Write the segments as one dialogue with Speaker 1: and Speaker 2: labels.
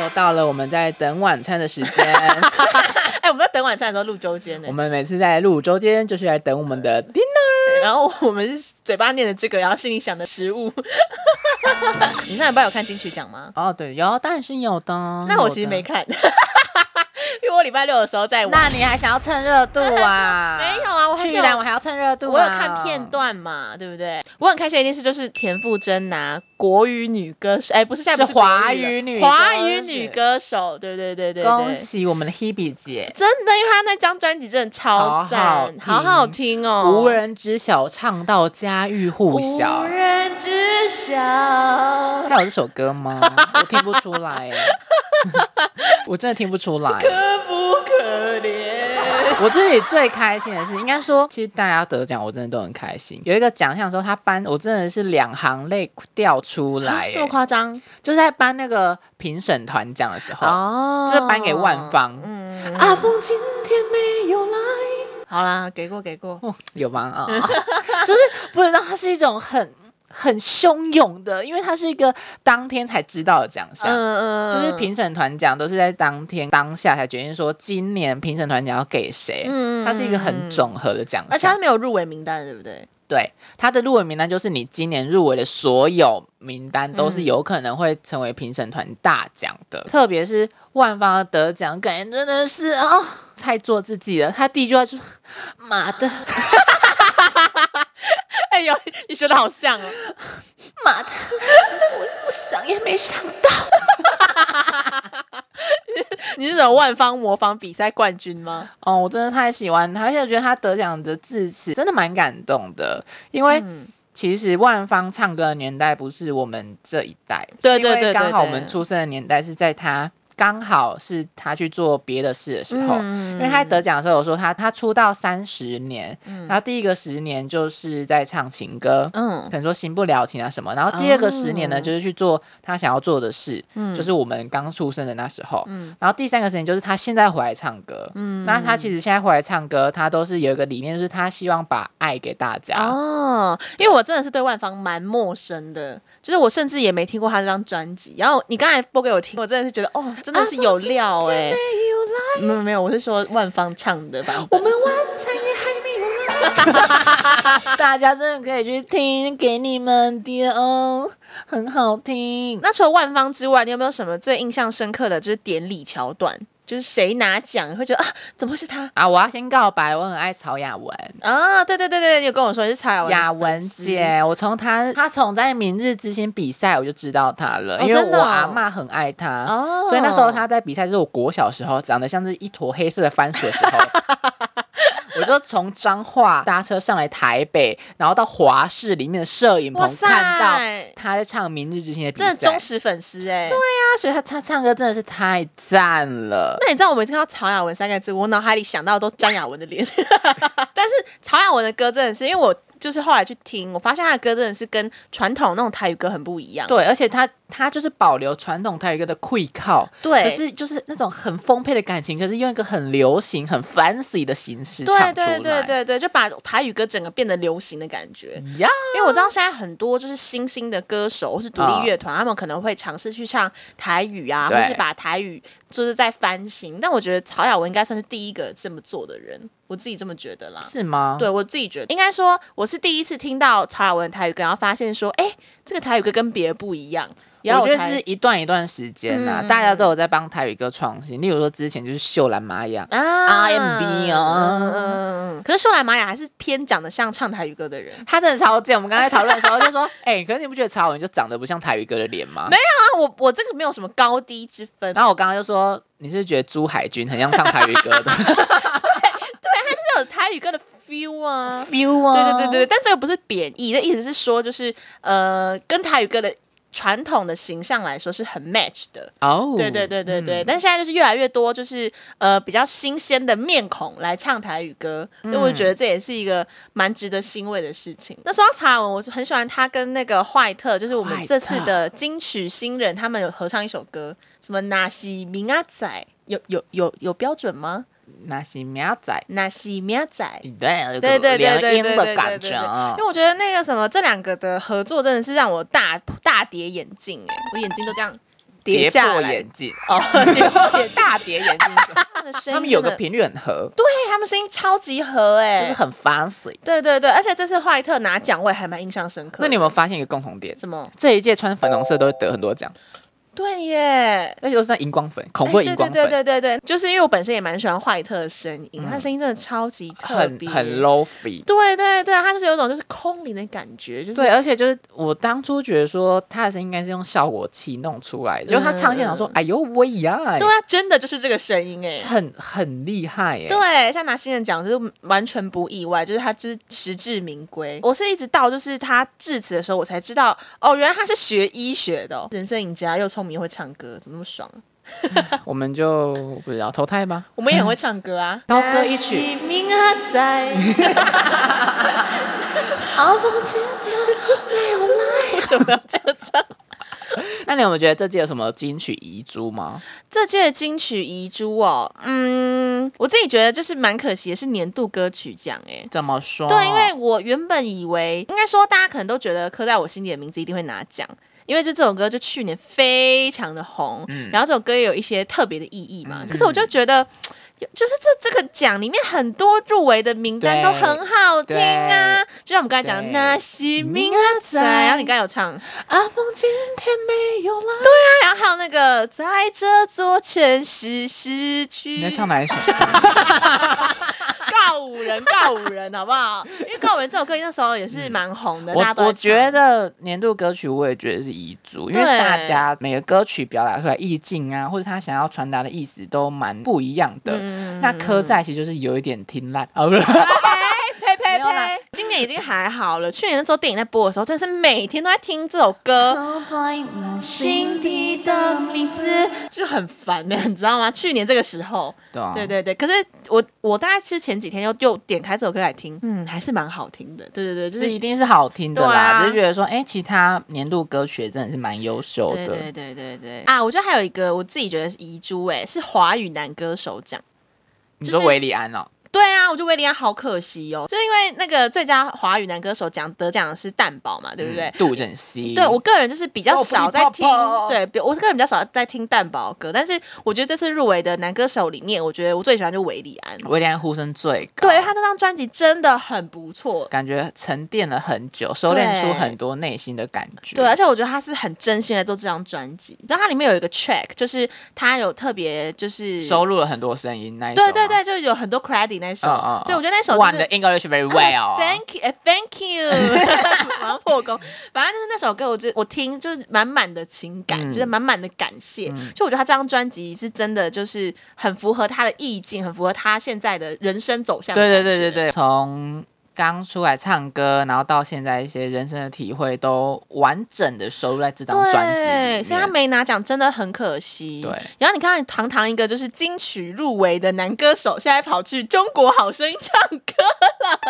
Speaker 1: 又到了我们在等晚餐的时 间，
Speaker 2: 哎、我们在等晚餐的时候录周间呢
Speaker 1: 我，们每次在录周间就是来等我们的 dinner。
Speaker 2: 然后我们是嘴巴念的这个，然后心里想的 食物。你上礼拜有看金曲奖吗？
Speaker 1: 哦，对，有当然是有的。
Speaker 2: 那我其实没看， 因为我礼拜六的时候在玩。
Speaker 3: 那你还想要蹭热度 啊？
Speaker 2: 没有啊我还是
Speaker 3: 去
Speaker 2: 有
Speaker 3: 宜兰我还要蹭热度、啊。
Speaker 2: 我有看片，段嘛，对不对？我很开心的一件事就是田馥甄拿国语女歌手，哎，不是现在不
Speaker 1: 是
Speaker 2: 国
Speaker 1: 华
Speaker 2: 语了
Speaker 1: 语女歌
Speaker 2: 华语女
Speaker 1: 手
Speaker 2: 歌手，对对对对对，
Speaker 1: 恭喜我们的 Hebe 姐，
Speaker 2: 真的，因为她那张专辑真的超赞，
Speaker 1: 好好
Speaker 2: 好
Speaker 1: 听
Speaker 2: 好听哦，
Speaker 1: 无人知晓唱到家喻户晓
Speaker 2: 无。人知晓。
Speaker 1: 她有这首歌吗？我听不出来， 我真的听不出来。
Speaker 2: 可不可怜？
Speaker 1: 我自己最开心的是，应该说，其实大家得奖，我真的都很开心。有一个奖项的时候，他颁我真的是两行泪掉出来、
Speaker 2: 啊这么
Speaker 1: 欸，
Speaker 2: 夸张
Speaker 1: 就是在颁那个评审团奖的时候，
Speaker 2: 哦
Speaker 1: 就是颁给万。芳，
Speaker 2: 嗯，
Speaker 1: 阿峰今天没有来，
Speaker 2: 好啦，给过给过。
Speaker 1: 哦、有吗？啊、 就是不知道，它是一种很很汹涌的，因为它是一个当天才知道的奖项。
Speaker 2: 嗯
Speaker 1: 就是评审团奖都是在当天当下才决定说今年评审团奖要给谁，
Speaker 2: 嗯
Speaker 1: 它是一个很总和的奖项，
Speaker 2: 而且他没有入围名单，对不对？
Speaker 1: 对，他的入围名单就是你今年入围的所有名单，都是有可能会成为评审团大奖的。嗯特别是万方的得奖，感觉真的是哦，太做自己了。他第一句话就是“妈的，
Speaker 2: 哎呦，你学的好像哦。
Speaker 1: 妈的，我我想也没想到。
Speaker 2: 你是什么万方魔方比赛冠军吗？”
Speaker 1: 哦，我真的太喜欢他，而且我觉得他得奖的致辞真的蛮感动的，因为。
Speaker 2: 嗯
Speaker 1: 其实万芳唱歌的年代不是我们这一代，是
Speaker 2: 对
Speaker 1: 因为
Speaker 2: 对对对
Speaker 1: 刚好
Speaker 2: 对
Speaker 1: 我们出生的年代是在他刚好是他去做别的事的时候，
Speaker 2: 嗯
Speaker 1: 因为他得奖的时候有说他他出道三十年，然后第一个十年就是在唱情歌。
Speaker 2: 嗯
Speaker 1: 可能说新不了情啊什么，然后第二个
Speaker 2: 哦
Speaker 1: 十年呢，就是去做他想要做的事，就是我们刚出生的那时候。
Speaker 2: 嗯
Speaker 1: 然后第三个十年就是他现在回来唱歌，
Speaker 2: 嗯
Speaker 1: 那他其实现在回来唱歌，他都是有一个理念，就是他希望把爱给大家。
Speaker 2: 哦，因为我真的是对万方蛮陌生的，就是我甚至也没听过他这张专辑。然后你刚才播给我听，我真的是觉得哦，真的是有料哎、没有没有，我是说万方唱的版本。
Speaker 1: 们晚餐也还没有来， 大家真的可以去听，给你们的哦，很好听。
Speaker 2: 那除了万方之外，你有没有什么最印象深刻的就是典礼桥段？就是谁拿奖，你会觉得啊，怎么会是他
Speaker 1: 啊，我要先告白，我很爱曹雅文，
Speaker 2: 啊？对对对对，你有跟我说你是蔡雅文的
Speaker 1: 雅文
Speaker 2: 粉丝，
Speaker 1: 姐，我从她，她从在明日之星比赛我就知道她了，
Speaker 2: 哦
Speaker 1: 因为
Speaker 2: 真的
Speaker 1: 我
Speaker 2: 哦
Speaker 1: 阿嬷很爱她，
Speaker 2: 哦
Speaker 1: 所以那时候她在比赛，就是我国小时候长得像是一坨黑色的番薯的时候。 我就从彰化搭车上来台北，然后到华视里面的摄影
Speaker 2: 哇
Speaker 1: 棚
Speaker 2: 塞，
Speaker 1: 看到她在唱《明日之星》的比
Speaker 2: 真
Speaker 1: 赛，
Speaker 2: 的忠实粉丝哎、对啊，
Speaker 1: 所以他唱唱歌真的是太赞了。
Speaker 2: 那你知道我每次看到曹雅文三个字，我脑海里想到的都张雅文的脸。 但是曹雅文的歌真的是，因为我就是后来去听，我发现他的歌真的是跟传统那种台语歌很不一样。
Speaker 1: 对，而且他他就是保留传统台语歌的溃靠，
Speaker 2: 对
Speaker 1: 可是就是那种很丰沛的感情，可是用一个很流行、很 fancy 的形式唱出
Speaker 2: 对
Speaker 1: 来。
Speaker 2: 对对对对，就把台语歌整个变得流行的感觉。
Speaker 1: 呀，
Speaker 2: 因为我知道现在很多就是新兴的歌手或是独立乐团，他们可能会尝试去唱台语啊，
Speaker 1: 嗯对
Speaker 2: 或是把台语就是在翻新。但我觉得曹雅文应该算是第一个这么做的人，我自己这么觉得啦。
Speaker 1: 是吗？
Speaker 2: 对我自己觉得，应该说我是第一次听到曹雅文的台语歌，然后发现说，哎，这个台语歌跟别的不一样。然后
Speaker 1: 我觉得
Speaker 2: 才
Speaker 1: 是一段一段时间呐、
Speaker 2: 嗯
Speaker 1: 大家都有在帮台语歌创新。例如说之前就是秀兰玛雅，
Speaker 2: 啊
Speaker 1: R&B 啊
Speaker 2: 嗯嗯嗯嗯可是秀兰玛雅还是偏长得像唱台语歌的人啊
Speaker 1: 她真的超贱。我们刚才讨论的时候就说，哎、可是你不觉得曹文就长得不像台语歌的脸吗？没有。
Speaker 2: 啊。我我这个没有什么高低之分，
Speaker 1: 然后我刚刚就说，你是不是觉得朱海军很像唱台语歌的
Speaker 2: 这有台语歌的 feel 啊。
Speaker 1: feel 啊？
Speaker 2: 对对对对，对，但这个不是贬义，的意思是说，就是呃，跟台语歌的传统的形象来说是很 match 的。
Speaker 1: 哦，
Speaker 2: 对对对对对，但现在就是越来越多，就是呃比较新鲜的面孔来唱台语歌，
Speaker 1: 嗯
Speaker 2: 所以我觉得这也是一个蛮值得欣慰的事情。那说到查尔文，我是很喜欢他跟那个坏特，就是我
Speaker 1: 坏
Speaker 2: 们
Speaker 1: 特
Speaker 2: 这次的金曲新人，他们有合唱一首歌，什么纳西明阿仔，有有有有标准吗？
Speaker 1: 那些苗仔，
Speaker 2: 那西喵仔。
Speaker 1: 对，有
Speaker 2: 对
Speaker 1: 个
Speaker 2: 对对
Speaker 1: 联
Speaker 2: 对
Speaker 1: 音
Speaker 2: 对
Speaker 1: 的
Speaker 2: 对
Speaker 1: 感
Speaker 2: 对
Speaker 1: 觉
Speaker 2: 对，
Speaker 1: 啊
Speaker 2: 因为。我觉得那个什么，这两个的合作真的是让我大大跌眼镜哎，我眼睛都这样跌
Speaker 1: 跌
Speaker 2: 下
Speaker 1: 破
Speaker 2: 来
Speaker 1: 眼镜，
Speaker 2: 哦， 跌破眼镜，
Speaker 1: 大跌眼 镜是什么，
Speaker 2: 他们的声音
Speaker 1: 他们有个
Speaker 2: 真的
Speaker 1: 频率很合，
Speaker 2: 对他们声音超级合哎，
Speaker 1: 就是很 fancy。
Speaker 2: 对对对，而且这次怀特拿奖我也还蛮印象深刻的。
Speaker 1: 那你有没有发现一个共同点？
Speaker 2: 什么？
Speaker 1: 这一届穿粉红色都会得很多奖，
Speaker 2: 对耶，
Speaker 1: 而且都是那荧光粉，恐怖的
Speaker 2: 哎
Speaker 1: 荧光
Speaker 2: 对对
Speaker 1: 粉，
Speaker 2: 对对对，就是因为我本身也蛮喜欢怀特的声音，他声音真的超级特
Speaker 1: 嗯很
Speaker 2: 别，
Speaker 1: 很 low fee。
Speaker 2: 对对对，他就是有一种就是空灵的感觉，就是
Speaker 1: 对，而且就是我当初觉得说他的声音应该是用效果器弄出来的，结果他唱现场说：“哎呦喂呀
Speaker 2: 嗯对！”啊，真的就是这个声音哎。
Speaker 1: 很很厉害耶。
Speaker 2: 对，像拿新人奖就是完全不意外，就是他就是实至名归。我是一直到就是他致辞的时候，我才知道哦，原来他是学医学的、哦，人生赢家，又聪明又会唱歌，怎么那么爽啊、
Speaker 1: 我们就不知道投胎吧。
Speaker 2: 我们也很会唱歌 啊，
Speaker 1: 高歌一曲。
Speaker 2: 命啊在，好风情调没有来。为什 么要这样唱？
Speaker 1: 那你有没有觉得这届有什么金曲遗珠吗？
Speaker 2: 这届的金曲遗珠哦，嗯，我自己觉得就是蛮可惜的，是年度歌曲奖哎。
Speaker 1: 怎么说？
Speaker 2: 对，因为我原本以为，应该说大家可能都觉得刻在我心底的名字一定会拿奖，因为就这首歌就去年非常的红，然后这首歌也有一些特别的意义嘛。可是我就觉得，就是这这个奖里面很多入围的名
Speaker 1: 对
Speaker 2: 单都很好听啊，就像我们刚才讲
Speaker 1: 对
Speaker 2: 的那些名啊仔，然后你刚才有唱啊，风今天没有来，对啊，然后还有那个在这座城市失去，
Speaker 1: 你在唱哪一首？
Speaker 2: 告五 人，告五人，好不好？因为告五人这首歌那时候也是蛮红的，大家
Speaker 1: 我
Speaker 2: 都
Speaker 1: 我觉
Speaker 2: 得
Speaker 1: 得年度歌曲我也觉得是遗珠，因为
Speaker 2: 对
Speaker 1: 大家每个歌曲表达出来意境啊，或者他想要传达的意思都蛮不一样
Speaker 2: 嗯
Speaker 1: 的。那柯在其实就是有一点听烂，哦不是，
Speaker 2: 呸呸
Speaker 1: 没有啦
Speaker 2: 呸，今年已经还好了。去年那时候电影在播的时候，真的是每天都在听这首 歌，
Speaker 3: 都在我
Speaker 2: 心底的名字就很烦的，你知道吗？去年这个时候，
Speaker 1: 对啊
Speaker 2: 对对对，可是我我大概是前几天又又点开这首歌来听，嗯，还是蛮好听的。对对对，就
Speaker 1: 就是
Speaker 2: 是
Speaker 1: 一定是好听的
Speaker 2: 对
Speaker 1: 啦，
Speaker 2: 啊
Speaker 1: 只是觉得说，哎、其他年度歌曲也真的是蛮优秀
Speaker 2: 对
Speaker 1: 的。
Speaker 2: 对对对对啊！我觉得还有一个我自己觉得是遗珠、哎，是华语男歌手奖。
Speaker 1: 你
Speaker 2: 就
Speaker 1: 说
Speaker 2: 是
Speaker 1: 维里安哦，
Speaker 2: 对啊，我觉得维利安好可惜哦，就因为那个最佳华语男歌手奖得奖的是蛋宝嘛，对不对？
Speaker 1: 嗯杜振熙，
Speaker 2: 对我个人就是比较少在听
Speaker 1: So pretty purple，
Speaker 2: 对，比我个人比较少在听蛋宝歌，但是我觉得这次入围的男歌手里面，我觉得我最喜欢就是维利安，
Speaker 1: 维里安呼声最高，
Speaker 2: 对，他那张专辑真的很不错，
Speaker 1: 感觉沉淀了很久，收敛出很多内心的感觉。
Speaker 2: 对，而且我觉得他是很真心来做这张专辑，然后它里面有一个 track，就是他有特别就是，
Speaker 1: 收录了很多声音，那一首
Speaker 2: 对对
Speaker 1: 吗，
Speaker 2: 对，就有很多 credit 那首，
Speaker 1: 嗯嗯嗯
Speaker 2: 对我觉得那首
Speaker 1: 玩
Speaker 2: 真
Speaker 1: 的
Speaker 2: 的
Speaker 1: English very well，、
Speaker 2: Thank you, thank you，马 上破功。反正就是那首歌，我觉得我听就是满满的情感，
Speaker 1: 嗯
Speaker 2: 就是满满的感谢。就我觉得他这张专辑是真的，就是很符合他的意境，很符合他现在的人生走向。
Speaker 1: 对对对对。对，从刚出来唱歌，然后到现在一些人生的体会，都完整的收录在这张专辑里
Speaker 2: 对，
Speaker 1: 面。
Speaker 2: 所以他没拿奖真的很可惜。
Speaker 1: 对
Speaker 2: 然后你看，堂堂一个就是金曲入围的男歌手，现在跑去《中国好声音》唱歌，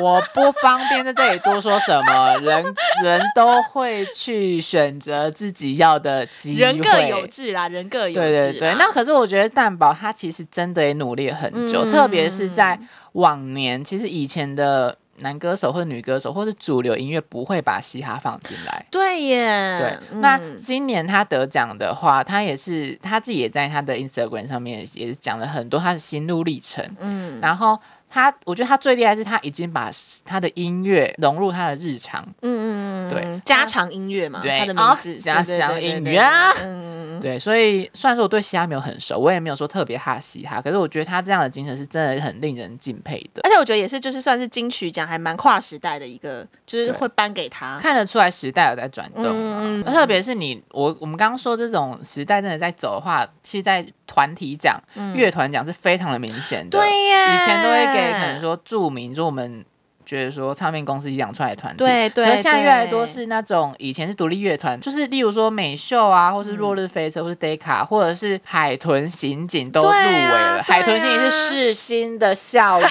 Speaker 1: 我不方便在这里多说什么，人 人都会去选择自己要的机会，
Speaker 2: 人各
Speaker 1: 啊
Speaker 2: 有志啦，人各有志啦。
Speaker 1: 对对对，那可是我觉得蛋宝他其实真的也努力了很久，特别是在往年，其实以前的男歌手或者女歌手或是主流音乐不会把嘻哈放进来。
Speaker 2: 对耶，
Speaker 1: 对，
Speaker 2: 嗯
Speaker 1: 那今年他得奖的话，他也是他自己也在他的 Instagram 上面也是讲了很多他的心路历程。
Speaker 2: 嗯
Speaker 1: 然后他，我觉得他最厉害是他已经把他的音乐融入他的日常，
Speaker 2: 嗯嗯嗯，嗯
Speaker 1: 对
Speaker 2: 嗯家常音乐嘛，
Speaker 1: 对
Speaker 2: 他的名字
Speaker 1: 哦家常音乐
Speaker 2: 对对对对对嗯嗯嗯
Speaker 1: 对，所以虽然说我对嘻哈没有很熟，我也没有说特别哈嘻哈，可是我觉得他这样的精神是真的很令人敬佩的。
Speaker 2: 而且我觉得也是，就是算是金曲奖还蛮跨时代的一个，就是
Speaker 1: 对
Speaker 2: 会颁给他。
Speaker 1: 看得出来时代有在转动啊、
Speaker 2: 嗯嗯
Speaker 1: 特别是你我我们刚刚说这种时代真的在走的话，其实，在团体奖、乐团奖是非常的明显的。
Speaker 2: 嗯对呀，
Speaker 1: 以前都会给可能说著名，就我们觉得说唱片公司养出来的团体，
Speaker 2: 对对
Speaker 1: 可是现在
Speaker 2: 对
Speaker 1: 越来越多是那种以前是独立乐团，就是例如说美秀啊，或是落日飞车，或是 Deca，或者是海豚刑警都入围了。
Speaker 2: 对啊
Speaker 1: 海豚刑警是世新的校 友，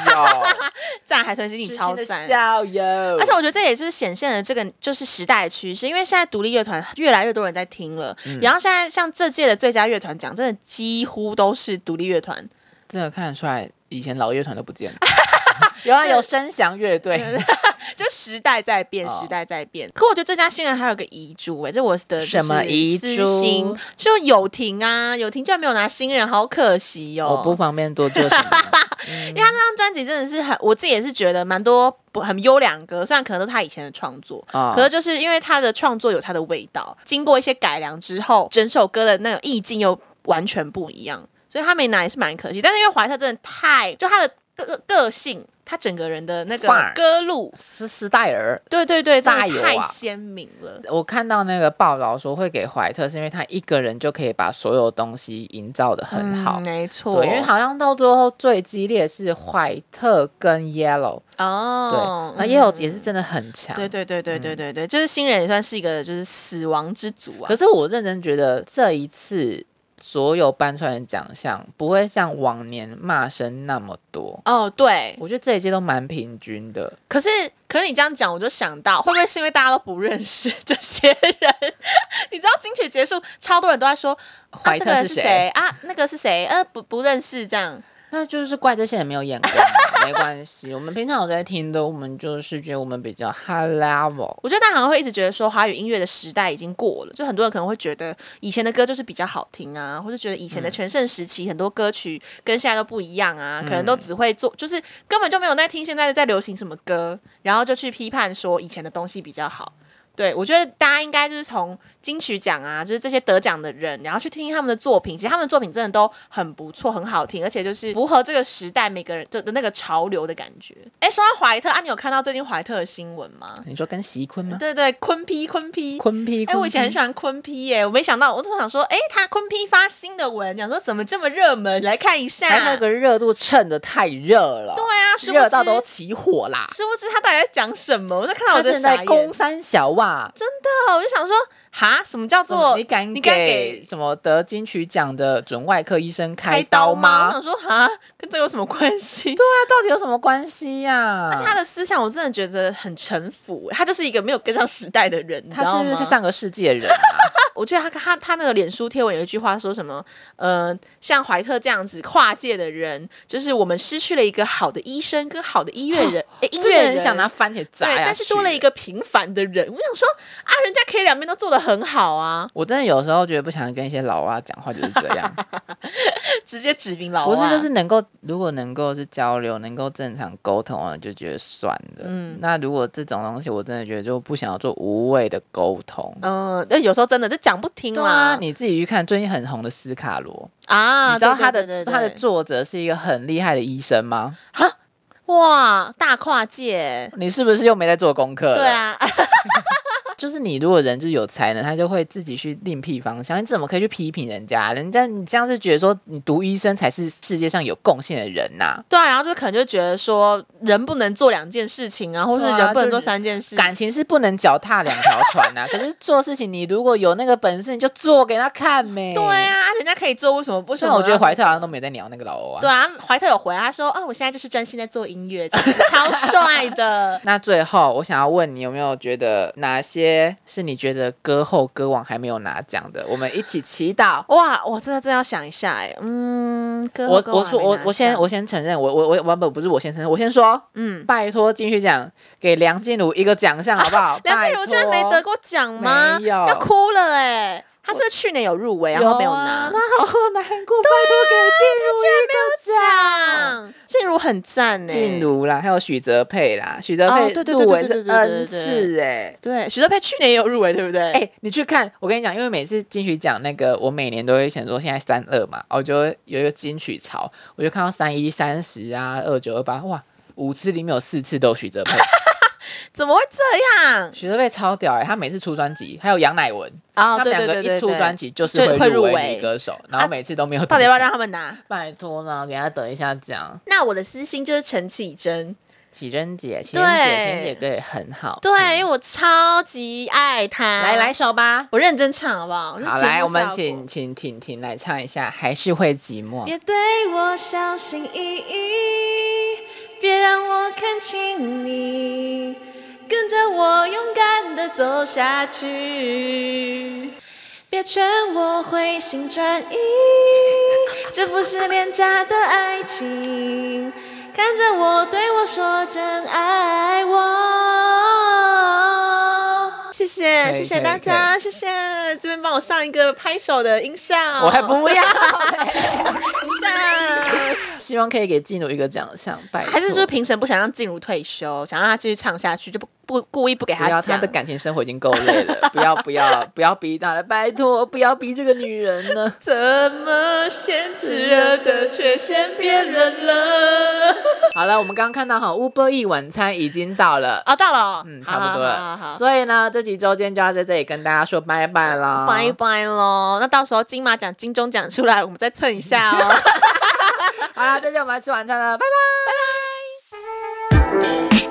Speaker 2: 赞海豚经理
Speaker 1: 世
Speaker 2: 超
Speaker 1: 新的
Speaker 2: 赞。
Speaker 1: 校友，
Speaker 2: 而且我觉得这也是显现了这个就是时代的趋势，因为现在独立乐团越来越多人在
Speaker 1: 嗯
Speaker 2: 听了，然后现在像这届的最佳乐团奖，真的几乎都是独立乐团，
Speaker 1: 真的看得出来，以前老乐团都不 见了，原来有声响乐队，
Speaker 2: 就时代在变，
Speaker 1: 哦
Speaker 2: 时代在变。可我觉得最佳新人还有个遗珠哎、这我的就是
Speaker 1: 什么遗珠
Speaker 2: 私心就友婷啊，友婷居然没有拿新人，好可惜哦。
Speaker 1: 我不方便多做什么。
Speaker 2: 因为他那张专辑真的是很，我自己也是觉得蛮多不很优良歌，虽然可能都是他以前的创作，
Speaker 1: 哦
Speaker 2: 可是就是因为他的创作有他的味道，经过一些改良之后，整首歌的那种意境又完全不一样，所以他没拿也是蛮可惜。但是因为怀特真的太，就他的个个性，他整个人的那
Speaker 1: 范
Speaker 2: 个
Speaker 1: 儿
Speaker 2: 歌路，
Speaker 1: 斯斯戴尔，
Speaker 2: 对对对，真
Speaker 1: 大
Speaker 2: 的
Speaker 1: 有啊
Speaker 2: 太鲜明了。
Speaker 1: 我看到那个报道说会给怀特，是因为他一个人就可以把所有东西营造的很好。
Speaker 2: 嗯没错，
Speaker 1: 对，因为好像到最后最激烈是怀特跟 Yellow，、
Speaker 2: 哦，
Speaker 1: 对，那
Speaker 2: 嗯
Speaker 1: Yellow 啊也是真的很强。
Speaker 2: 对对对对对对对，就是新人也算是一个就是死亡之组啊
Speaker 1: 可。是我认真觉得这一次所有搬出来的奖项不会像往年骂声那么多，
Speaker 2: 哦，对，
Speaker 1: 我觉得这一届都蛮平均的。
Speaker 2: 可是，可是你这样讲，我就想到，会不会是因为大家都不认识这些人？ 你知道金曲结束，超多人都在说，啊，
Speaker 1: 怀
Speaker 2: 这
Speaker 1: 特
Speaker 2: 个人
Speaker 1: 是
Speaker 2: 谁啊？那个是谁？呃，不不认识这样。
Speaker 1: 那就是怪这些人没有眼光啊，没关系，我们平常有在听的，我们就是觉得我们比较 high level。
Speaker 2: 我觉得大家好像会一直觉得说，华语音乐的时代已经过了，就很多人可能会觉得以前的歌就是比较好听啊，或者觉得以前的全盛时期很多歌曲跟现在都不一样啊，可能都只会做，就是根本就没有在听现在在流行什么歌，然后就去批判说以前的东西比较好。对，我觉得大家应该就是从金曲奖啊，就是这些得奖的人，然后去听听他们的作品。其实他们的作品真的都很不错，很好听，而且就是符合这个时代每个人就的那个潮流的感觉。哎，说到怀特啊，你有看到最近怀特的新闻吗？
Speaker 1: 你说跟席坤吗？
Speaker 2: 对对，坤 P 坤 P。
Speaker 1: 坤批，
Speaker 2: 哎、我以前很喜欢坤 P 耶、我没想到，我那时候想说，哎、他坤 P 发新的文，想说怎么这么热门，来看一下。
Speaker 1: 欢那个热度趁的太热了，
Speaker 2: 对啊，殊不
Speaker 1: 热到
Speaker 2: 知
Speaker 1: 都，起火啦。
Speaker 2: 殊不知他到底在讲什么？我就看
Speaker 1: 他
Speaker 2: 到我就
Speaker 1: 正在攻山小袜，
Speaker 2: 到，我就想说，哈，什么叫做、
Speaker 1: 哦你敢
Speaker 2: 你敢
Speaker 1: 给
Speaker 2: 给
Speaker 1: 什么得金曲奖的准外科医生
Speaker 2: 开
Speaker 1: 开
Speaker 2: 刀
Speaker 1: 刀
Speaker 2: 吗？我
Speaker 1: 吗？
Speaker 2: 想说，哈，跟这有什么关系？
Speaker 1: 对啊，到底有什么关系呀？
Speaker 2: 而且他的思想我真的觉得很臣服，他就是一个没有跟上时代的人，你知
Speaker 1: 他
Speaker 2: 道
Speaker 1: 是不
Speaker 2: 吗
Speaker 1: 是上个世纪的人啊？
Speaker 2: 我记得他他他那个脸书贴文有一句话说什么，呃，像怀特这样子跨界的人，就是我们失去了一个好的医生跟好的音乐人，诶 音
Speaker 1: 真的
Speaker 2: 乐
Speaker 1: 很
Speaker 2: 人
Speaker 1: 想拿番茄
Speaker 2: 对
Speaker 1: 砸，下去。
Speaker 2: 但啊是多了一个平凡的人。我想说啊，人家可以两边都做得很好啊，
Speaker 1: 我真的有时候觉得不想跟一些老蛙讲话就是这样，
Speaker 2: 直接指名老
Speaker 1: 不
Speaker 2: 外，
Speaker 1: 是就是能够如果能够是交流，能够正常沟通啊，就觉得算了。嗯，那如果这种东西，我真的觉得就不想要做无谓的沟通。
Speaker 2: 嗯，但有时候真的就讲不听
Speaker 1: 对
Speaker 2: 啦
Speaker 1: 啊，。你自己去看最近很红的斯卡罗，
Speaker 2: 啊，
Speaker 1: 你知道
Speaker 2: 对
Speaker 1: 他的
Speaker 2: 对对对
Speaker 1: 他的作者是一个很厉害的医生吗？
Speaker 2: 哇大跨界，
Speaker 1: 你是不是又没在做功课？
Speaker 2: 对，啊，
Speaker 1: 就是你如果人就是有才能，他就会自己去另辟方向。你怎么可以去批评人家？人家你这样是觉得说你读医生才是世界上有贡献的人呐、
Speaker 2: 对啊，然后就可能就觉得说人不能做两件事情啊，或是
Speaker 1: 对啊
Speaker 2: 人不能
Speaker 1: 就
Speaker 2: 做三件事，
Speaker 1: 感情是不能脚踏两条船呐、 可是做事情，你如果有那个本事，你就做给他看呗。
Speaker 2: 对，啊，人家可以做，为什么不？
Speaker 1: 虽然我觉得
Speaker 2: 为什么
Speaker 1: 怀特好像都没有在鸟那个老欧啊。
Speaker 2: 要对。啊，怀特有回他说，哦，我现在就是专心在做音乐，这样子超帅的。
Speaker 1: 那最后，我想要问你，有没有觉得哪些是你觉得歌后歌王还没有拿奖的？我们一起祈 祷。
Speaker 2: 哇，我真的真的要想一下哎，嗯，歌
Speaker 1: 我
Speaker 2: 歌
Speaker 1: 我
Speaker 2: 王还
Speaker 1: 说
Speaker 2: 没
Speaker 1: 我
Speaker 2: 拿
Speaker 1: 我先
Speaker 2: 奖
Speaker 1: 我先承认，我我我我不不是我先承认，我先说，
Speaker 2: 嗯，
Speaker 1: 拜托金曲奖给梁静茹一个奖项好不好？
Speaker 2: 梁静茹居然没
Speaker 1: 拜
Speaker 2: 得
Speaker 1: 托
Speaker 2: 过奖吗？
Speaker 1: 没有
Speaker 2: 要哭了哎，她是不是去年有入围，然
Speaker 1: 有
Speaker 2: 后
Speaker 1: 啊
Speaker 2: 没 拿
Speaker 1: 那好难过，拜托
Speaker 2: 啊
Speaker 1: 给静茹一个
Speaker 2: 奖？静茹很赞哎，
Speaker 1: 静茹啦，还有许哲佩啦，许哲
Speaker 2: 哦
Speaker 1: 佩
Speaker 2: 对对
Speaker 1: 入围
Speaker 2: 对
Speaker 1: 是
Speaker 2: 对对对对
Speaker 1: N
Speaker 2: 对
Speaker 1: 次哎。
Speaker 2: 对，许哲佩去年也有入围，对不对？
Speaker 1: 哎、你去看，我跟你讲，因为每次金曲奖那个，我每年都会想说现在三二嘛，哦我就会有一个金曲潮，我就看到三一、三十啊、二九、二八，哇，五次里面有四次都有许 哲佩，
Speaker 2: 怎么会这样？
Speaker 1: 许哲佩超屌哎、他每次出专辑，还有杨乃文，
Speaker 2: 啊，
Speaker 1: 他
Speaker 2: 对
Speaker 1: 们
Speaker 2: 对
Speaker 1: 两
Speaker 2: 对
Speaker 1: 个
Speaker 2: 对
Speaker 1: 一出
Speaker 2: 对，
Speaker 1: 专辑就是
Speaker 2: 对会
Speaker 1: 会入
Speaker 2: 入
Speaker 1: 围
Speaker 2: 围啊
Speaker 1: 女歌手，然后每次都没有得
Speaker 2: 到底要不要
Speaker 1: 奖
Speaker 2: 让他们拿？
Speaker 1: 拜托啦，给他等一下讲。
Speaker 2: 那我的私心就是陈绮贞，
Speaker 1: 启真姐，启真姐，启真
Speaker 2: 对
Speaker 1: 姐歌也很好听，
Speaker 2: 对，因为我超级爱他。
Speaker 1: 嗯来来，首吧。
Speaker 2: 我认真唱好不好？
Speaker 1: 好，
Speaker 2: 是节目
Speaker 1: 来，我们
Speaker 2: 效果
Speaker 1: 请请婷婷来唱一下，还是会寂寞。
Speaker 4: 别对我小心翼翼，别让我看清你，跟着我勇敢的走下去。别劝我回心转意，这不是廉价的爱情。看着我，对我说真爱我。
Speaker 2: 谢谢，
Speaker 1: 可以可
Speaker 2: 谢谢
Speaker 1: 以
Speaker 2: 大家，谢谢这边帮我上一个拍手的音效，
Speaker 1: 我还不要，
Speaker 2: 鼓掌。
Speaker 1: 希望可以给季奴一个奖项，拜托。
Speaker 2: 还是就是评审不想让静茹退休，想让她继续唱下去，就不不故意不给
Speaker 1: 不要，她
Speaker 2: 她讲
Speaker 1: 的。感情生活已经够累了，不要不要不要逼她了，拜托不要逼这个女人呢。
Speaker 4: 怎么先炙热的却先变冷了？
Speaker 1: 好了，我们刚刚看到哈，Uber E 晚餐已经到了。
Speaker 2: 哦，到了哦，
Speaker 1: 嗯，差不多
Speaker 2: 好好
Speaker 1: 了。
Speaker 2: 好好好
Speaker 1: 所以呢，这集周间就要在这里跟大家说拜拜啦，
Speaker 2: 拜拜喽！那到时候金马奖、金钟奖出来，我们再蹭一下哦。
Speaker 1: 好啦，这集我们来吃晚餐了，拜拜。